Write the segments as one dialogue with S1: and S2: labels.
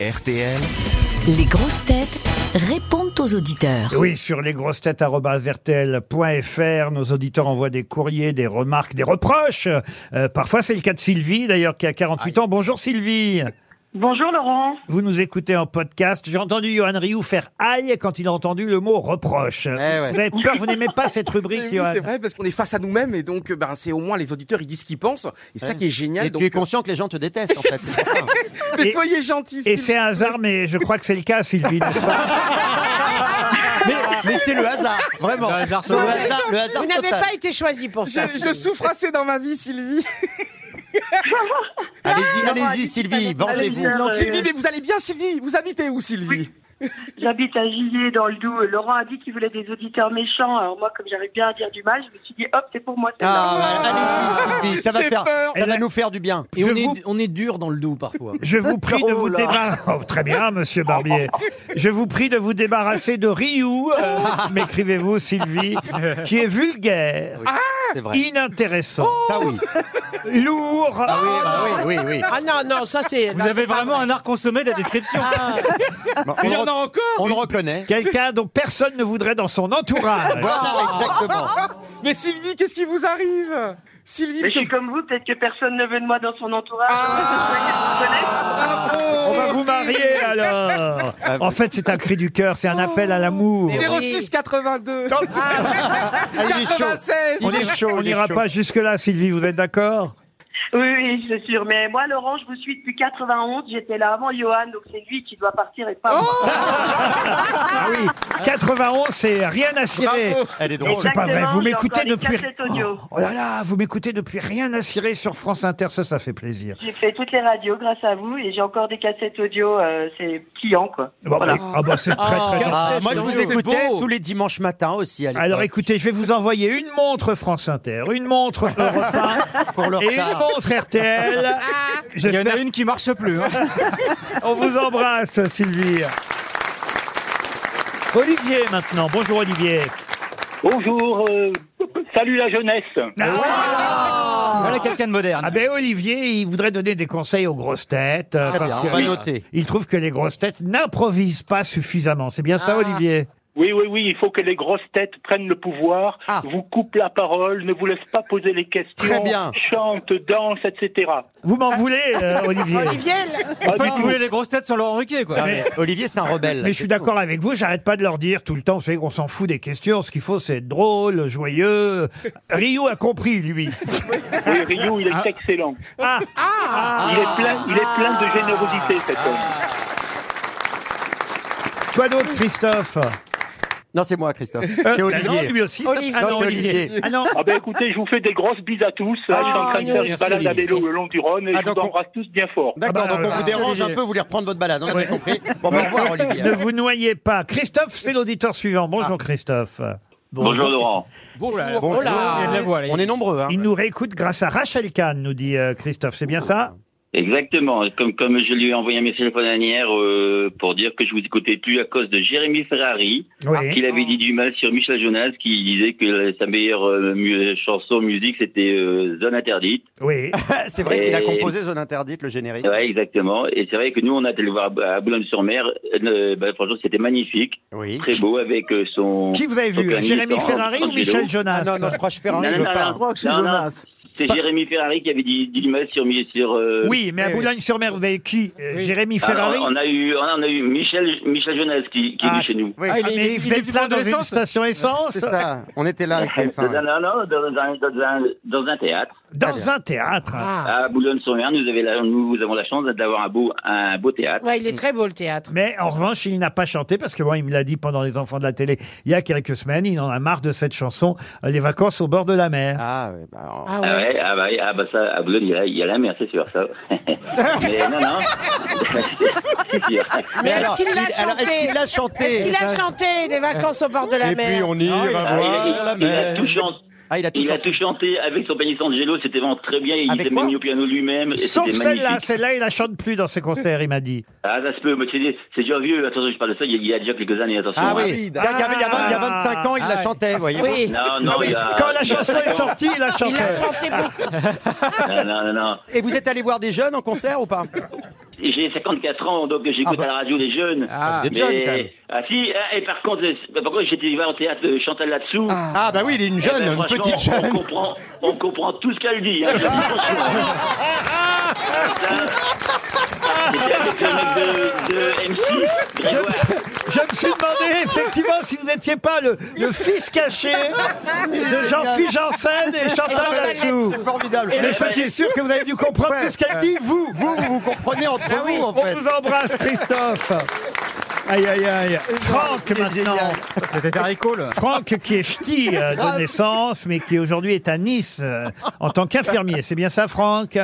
S1: RTL.
S2: Les grosses têtes répondent aux auditeurs.
S3: Oui, sur lesgrossetêtes.rtl.fr, nos auditeurs envoient des courriers, des remarques, des reproches. Euh, parfois, c'est le cas de Sylvie, d'ailleurs, qui a
S4: Ah
S3: 48 ans. Bonjour Sylvie
S5: Bonjour Laurent.
S3: Vous nous écoutez en podcast. J'ai entendu Johan Rioux faire aïe quand il a entendu le mot reproche.
S4: Eh ouais.
S3: Vous avez peur, vous n'aimez pas cette
S4: Oui,
S3: rubrique,
S4: oui,
S3: Johan
S4: c'est vrai, parce qu'on est face à nous-mêmes et donc euh, ben, c'est au moins les auditeurs, ils disent ce qu'ils pensent. Et ça
S6: Ouais.
S4: qui est génial.
S6: Et
S4: donc,
S6: tu es conscient que les gens te détestent en fait. c'est ça.
S4: euh, mais
S3: Et-
S4: soyez gentils.
S3: Et
S4: s'il-
S3: c'est un hasard, mais je crois que c'est le cas, Sylvie. n'est-ce pas
S6: mais mais c'est le hasard, vraiment. Le hasard, le hasard,
S7: Vous n'avez
S6: total.
S7: pas été choisi pour ça.
S4: je, je souffre assez dans ma vie, Sylvie.
S6: Allez-y, allez-y
S5: allez-y,
S6: Sylvie, vengez-vous.
S5: allez-y, alors.
S6: Non,
S5: Ouais,
S4: Sylvie,
S5: ouais.
S4: mais vous allez bien, Sylvie Vous habitez où, Sylvie
S5: J'habite à Gillet dans le Doubs. Laurent a dit qu'il voulait des auditeurs méchants. Alors moi, comme j'arrive bien à dire du mal, je me suis dit hop, c'est pour moi celle-là.
S6: Ah, ouais, allez-y Sylvie, ça va,
S4: J'ai
S6: faire,
S4: peur.
S6: ça va nous faire du bien.
S3: Je
S8: Et on
S3: vous-
S8: est, on est dur dans le doux parfois.
S3: Je vous prie de
S4: Oh
S3: vous
S4: là.
S3: débarrasser. très bien, monsieur Barbier. Je vous prie de vous débarrasser de Rioux, euh, m'écrivez-vous, Sylvie, qui est vulgaire,
S6: C'est vrai.
S3: inintéressant,
S6: Ça oui.
S3: lourd.
S6: Ah oui, bah oui, oui, oui.
S7: Ah non, non, ça c'est.
S9: Vous avez vraiment un art consommé de la description.
S6: Bon,
S4: Ah, Il
S6: on,
S4: y
S6: le
S4: en a
S6: rec-
S4: encore
S6: on le reconnaît.
S3: Quelqu'un dont personne ne voudrait dans son entourage.
S6: Voilà, exactement.
S4: Mais Sylvie, qu'est-ce qui vous arrive Sylvie,
S5: Mais
S4: parce
S5: je suis
S4: que-
S5: comme vous, peut-être que personne ne veut de moi dans son entourage.
S3: Ah.
S4: Ah,
S3: On
S4: oh,
S3: va vous marier alors. En fait, c'est un cri du cœur, c'est un appel à l'amour.
S7: Mais oui.
S4: 06 82
S6: Ah, il est chaud.
S4: 96
S6: Il est chaud.
S3: On
S6: il est
S3: n'ira
S6: chaud.
S3: pas jusque-là, Sylvie, vous êtes d'accord
S5: Oui, oui, c'est sûr. Mais moi, Laurent, je vous suis depuis 91. J'étais là avant Johan, donc c'est lui qui doit partir et
S3: Oh
S5: pas moi.
S3: Ah oui, 91, c'est rien à cirer.
S6: Elle est
S3: Non,
S6: drôle.
S3: c'est pas vrai, vous
S5: j'ai encore
S3: m'écoutez
S5: les
S3: depuis...
S5: cassettes audio.
S3: Oh là là, vous m'écoutez depuis rien à cirer sur France Inter, ça, ça fait plaisir.
S5: J'ai fait toutes les radios grâce à vous et j'ai encore des cassettes audio. euh, c'est client, quoi.
S3: Bon, bah, ah bah, c'est très très bien.
S6: Ah, moi je
S8: c'est
S6: vous
S8: beau.
S6: écoutais
S8: C'est beau.
S6: tous les dimanches matins aussi. à
S9: Oh.
S6: l'époque.
S3: Alors écoutez, je vais vous envoyer une montre France Inter, une montre Europe 1
S6: pour le
S3: et une
S6: retard.
S3: montre RTL.
S9: Ah. Il y en a
S3: J'espère-
S9: une qui marche plus. hein.
S3: On vous embrasse, Sylvie. Olivier maintenant. Bonjour Olivier.
S10: Bonjour, euh, salut la jeunesse.
S9: Voilà quelqu'un de moderne.
S3: Ah ben Olivier, il voudrait donner des conseils aux grosses têtes. euh,
S6: Très
S3: parce
S6: bien,
S3: que
S6: on va noter.
S3: il trouve que les grosses têtes n'improvisent pas suffisamment. C'est bien ça, Olivier
S10: Oui, oui, oui, il faut que les grosses têtes prennent le pouvoir,
S6: Ah.
S10: vous coupent la parole, ne vous laissent pas poser les questions,
S6: Très bien.
S10: chantent, dansent, etc.
S3: Vous m'en voulez, euh, Olivier
S7: Olivier,
S10: Pas
S3: Ah,
S9: En fait,
S10: du
S9: vous
S10: tout.
S9: voulez les grosses têtes sur Laurent Ruquier, quoi.
S6: Non,
S4: Ah,
S6: mais Olivier, c'est un rebelle.
S3: Mais je suis
S6: C'est
S3: d'accord avec vous, j'arrête pas de leur dire tout le temps, vous savez qu'on s'en fout des questions, ce qu'il faut c'est être drôle, joyeux. Rio a compris, lui.
S10: Oui, Rio, il est excellent.
S3: Ah,
S10: Il est plein, il est plein de générosité, cet homme.
S3: quoi d'autre, Christophe
S6: tout. Non, c'est moi, Christophe. C'est
S3: Ah
S6: Olivier.
S3: non, lui aussi. ça-
S7: Olivier.
S3: Ah non,
S6: Non, c'est
S3: Olivier.
S6: Olivier.
S3: Ah non,
S10: Ah ben écoutez, je vous fais des grosses bises à tous. Là, je suis en train de faire une
S6: Ah, merci,
S10: balade à
S6: Olivier.
S10: vélo le long du Rhône et
S6: Ah,
S10: je
S6: donc
S10: vous
S6: on-
S10: embrasse tous bien fort.
S6: D'accord,
S3: Ah bah,
S6: donc on vous
S3: euh,
S6: dérange un
S9: Olivier.
S6: peu, vous voulez reprendre votre balade, on a bien compris. Bon, bah, au revoir Olivier.
S3: ne vous noyez pas. Christophe, c'est l'auditeur suivant.
S6: Ah.
S3: Bonjour, Christophe.
S10: Bonjour Laurent.
S8: Bon, là,
S6: Bonjour.
S8: oh là, il y a de la voix, là.
S6: On est nombreux, hein.
S3: Il nous réécoute grâce à Rachel Kahn, nous dit euh, Christophe. C'est bien ça
S10: Exactement. Comme, comme je lui ai envoyé un message la dernière euh, pour dire que je vous écoutais plus à cause de Jérémy Ferrari.
S3: Oui.
S10: qu'il avait dit du mal sur Michel Jonas, qui disait que la- sa meilleure euh, mu- chanson musique c'était euh, Zone interdite.
S3: Oui.
S6: Ah, C'est vrai qu'il a
S10: Et-
S6: composé Zone Interdite, le générique.
S10: Ouais, exactement. Et c'est vrai que nous on a été le voir à à Boulogne-sur-Mer. Euh, bah, franchement, c'était magnifique,
S6: Oui.
S10: très beau avec euh, son.
S3: Qui vous avez
S10: son
S3: vu
S10: caniche
S3: Jérémy
S10: en-
S3: Ferrari
S10: en
S3: ou
S10: vélo.
S3: Michel Jonas
S6: Ah non, non, je crois que Ferrari
S10: Non,
S6: ne
S10: non,
S6: veut
S10: non,
S6: pas.
S10: non. Non, non. C'est Jérémy Ferrari qui avait dit du mal sur mi- sur. euh,
S3: Oui, mais à
S6: Eh oui. Ah,
S3: Boulogne-sur-Mer, vous avez qui Euh, Jérémy
S10: alors,
S3: Ferrari
S10: on a eu, on a on a eu Michel Michel Jonas qui, qui
S3: Ah.
S10: est venu chez nous.
S6: Oui,
S3: Ah,
S8: Ah, il est-
S3: mais
S8: il
S3: vous
S8: est
S3: êtes
S8: du
S3: là
S8: bord de
S3: dans une
S8: l'essence.
S3: station essence
S6: c'est ça. On était là avec
S10: Dans,
S6: TF1.
S10: un- non, dans un- dans un- dans un théâtre.
S3: Dans un théâtre.
S6: Ah.
S7: Ah.
S10: À Boulogne-sur-Mer, nous, avez la- nous avons la chance d'avoir un beau, un beau théâtre.
S7: Ouais, il est très beau le théâtre.
S3: Mais en revanche, il n'a pas chanté parce que moi, il me l'a dit pendant les enfants de la télé il y a quelques semaines. Il en a marre de cette chanson, euh, les vacances au bord de la mer.
S6: Ah, oui, bah, on-
S7: Ah
S10: Ah
S7: ouais.
S10: ouais, ah bah, ah bah ça, à Boulogne, il y a, il y a la mer, c'est sûr, ça. Mais non, non. c'est sûr.
S7: Mais est-ce
S6: alors,
S7: qu'il
S6: il-
S7: l'a
S6: alors, est-ce
S7: chanté
S6: qu'il l'a chanté
S7: Il a chanté des vacances au bord de la
S6: Et puis
S7: mer.
S6: on y va
S10: Ah, il,
S6: voir
S10: a-
S6: la
S10: il a
S6: mer.
S10: tout chanté.
S6: Ah, il a tout
S10: Il a
S6: chanté.
S10: tout chanté avec son panier Sangelo, c'était vraiment très bien. Il
S6: Avec
S10: s'est
S6: quoi
S10: même mis au piano lui-même. et
S3: Sauf
S10: c'était
S3: celle-là,
S10: magnifique.
S3: celle-là, il la chante plus dans ses concerts, il m'a dit.
S10: Ah, ça se peut, mais c'est- c'est déjà vieux. Attention, je parle de ça, il y a, il y a déjà quelques années, attention.
S6: Ah
S10: hein.
S6: oui, Tiens, il y avait- il y a vingt- il y a 25 ans, il la
S8: Ah,
S6: chantait, vous voyez.
S7: Oui.
S10: Non, non, il y a.
S3: Quand la chanson est sortie, il la
S7: Il a
S3: chantait.
S7: chanté beaucoup.
S10: Non, non, non, non.
S6: Et vous êtes allé voir des jeunes en concert ou pas
S10: J'ai 54 ans, donc j'écoute
S6: Ah bah.
S10: à la radio les jeunes.
S6: Ah, vous êtes jeune, quand même.
S10: Ah si, ah, et par contre, euh, bah, par contre, j'étais voir au théâtre euh, Chantal là-dessous. Eh ben,
S6: Ah, bah oui, il est une jeune, une petite
S10: On
S6: jeune.
S10: comprend, on comprend tout ce qu'elle dit. Hein, je le dis franchement. Ça, J'étais avec le mec de, de M6,
S3: Je
S10: Grégoire.
S3: me, je me suis demandé effectivement si vous n'étiez pas le, le fils caché de Jean-Philippe Janssen et Chantal Latsou.
S6: Ah, C'est formidable.
S3: Mais ça, c'est sûr que vous avez dû comprendre tout ce qu'elle dit, vous.
S6: Vous, vous vous comprenez entre
S10: Ah
S6: vous, en
S3: On
S6: fait.
S3: vous embrasse, Christophe. Aïe, aïe, aïe. Franck,
S6: C'est
S3: maintenant.
S6: génial.
S9: C'était Harry Cole.
S3: Franck, qui est ch'ti euh, de naissance, mais qui aujourd'hui est à Nice euh, en tant qu'infirmier. C'est bien ça, Franck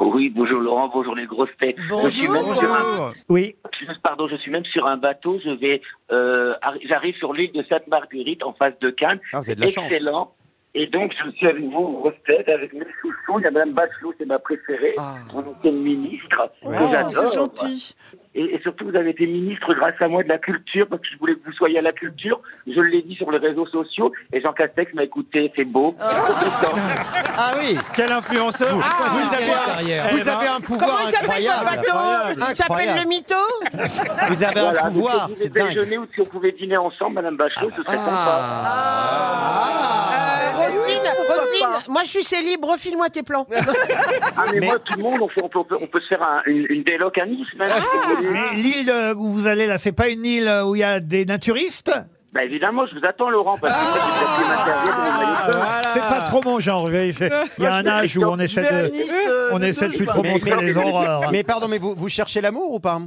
S10: Oui, bonjour Laurent, bonjour les grosses têtes. je suis même sur un,
S3: Oui.
S10: je- pardon, je suis même sur un bateau. Je vais, euh, arri- j'arrive sur l'île de Sainte-Marguerite en face de Cannes.
S6: Ah, vous avez de la chance.
S10: Excellent. Et donc, je suis avec vous, grosses têtes, avec mes chouchous. Il y a Madame Bachelot, c'est ma préférée,
S6: Ah.
S10: en ancienne ministre. que j'adore. Et, et surtout, vous avez été ministre grâce à moi de la culture, parce que je voulais que vous soyez à la culture. Je l'ai dit sur les réseaux sociaux, et Jean Castex m'a écouté, c'est beau.
S6: Ah oui,
S9: Quel influenceur
S7: Ah,
S6: vous,
S9: quelle
S6: avez un,
S9: carrière.
S10: Eh
S6: vous avez
S10: ben.
S6: un pouvoir
S7: Comment il s'appelle le
S6: incroyable.
S7: bateau Il s'appelle
S6: Incroyable.
S7: le mytho
S6: Vous avez un
S10: donc,
S6: pouvoir,
S10: si
S6: c'est
S10: vous
S6: dingue. Ah.
S10: déjeuner ou si on pouvait dîner ensemble, Madame Bachelot, ce serait sympa.
S8: Ah.
S7: Euh, Roselyne, Roselyne, moi je suis célib, refile-moi tes plans.
S10: Ah, mais,
S6: Mais-
S10: moi, tout le monde, on, fait- on peut, on peut se faire un- une, une déloc à Nice, même.
S3: Mais l'île euh, où vous allez là, c'est pas une île euh, où il y a des naturistes
S10: Bah, évidemment, je vous attends, Laurent, parce que ça, c'est peut-être plus matériel, mais-
S3: C'est pas trop mon genre. Il y a un âge où on essaie de,
S8: euh,
S4: euh,
S3: on essaie de plus trop
S6: Mais-
S3: montrer
S10: mais-
S3: les
S7: Ah.
S3: horreurs.
S6: Mais pardon, mais vous, vous cherchez l'amour ou pas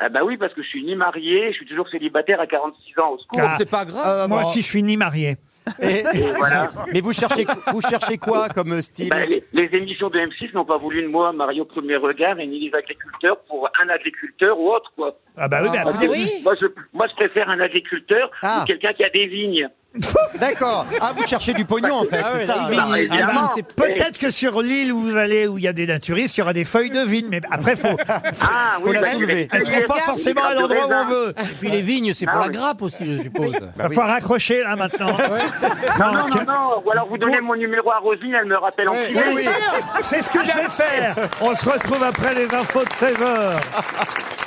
S10: Ah, bah oui, parce que je suis ni marié, je suis toujours célibataire à 46 ans, au secours.
S7: Euh,
S3: Ah,
S8: pas grave.
S6: Ah,
S3: moi
S6: bon.
S3: aussi, je suis ni marié.
S6: Et-
S10: Et voilà.
S6: Mais vous cherchez, vous cherchez quoi comme style
S10: Bah, les, les émissions de M6 n'ont pas voulu de moi, Mario Premier Regard, et ni les agriculteurs pour un agriculteur ou autre, quoi.
S3: Ah bah oui, mais
S10: Parce que moi, je, moi, je préfère un agriculteur
S6: Ah.
S10: ou quelqu'un qui a des vignes.
S6: D'accord. Ah, vous cherchez du pognon en fait, c'est ça.
S10: Bah, évidemment.
S8: Ah,
S3: Peut-être que sur l'île où vous allez, où il y a des naturistes, il y aura des feuilles de vigne. Mais après, faut,
S10: Ah,
S6: Faut
S10: oui,
S6: la
S10: bah, je
S6: soulever.
S10: vais-
S3: elles seront pas forcément à l'endroit où
S10: Bah
S3: on veut.
S8: Et puis les vignes,
S10: Ah,
S8: c'est pour la grappe aussi, je suppose.
S3: Il va falloir raccrocher là maintenant. Ah,
S10: Non, non, non, ou alors vous donnez mon numéro à Rosine, elle me rappelle en privé.
S3: Oui, oui. C'est ce que je vais faire. On se retrouve après les infos de 16h.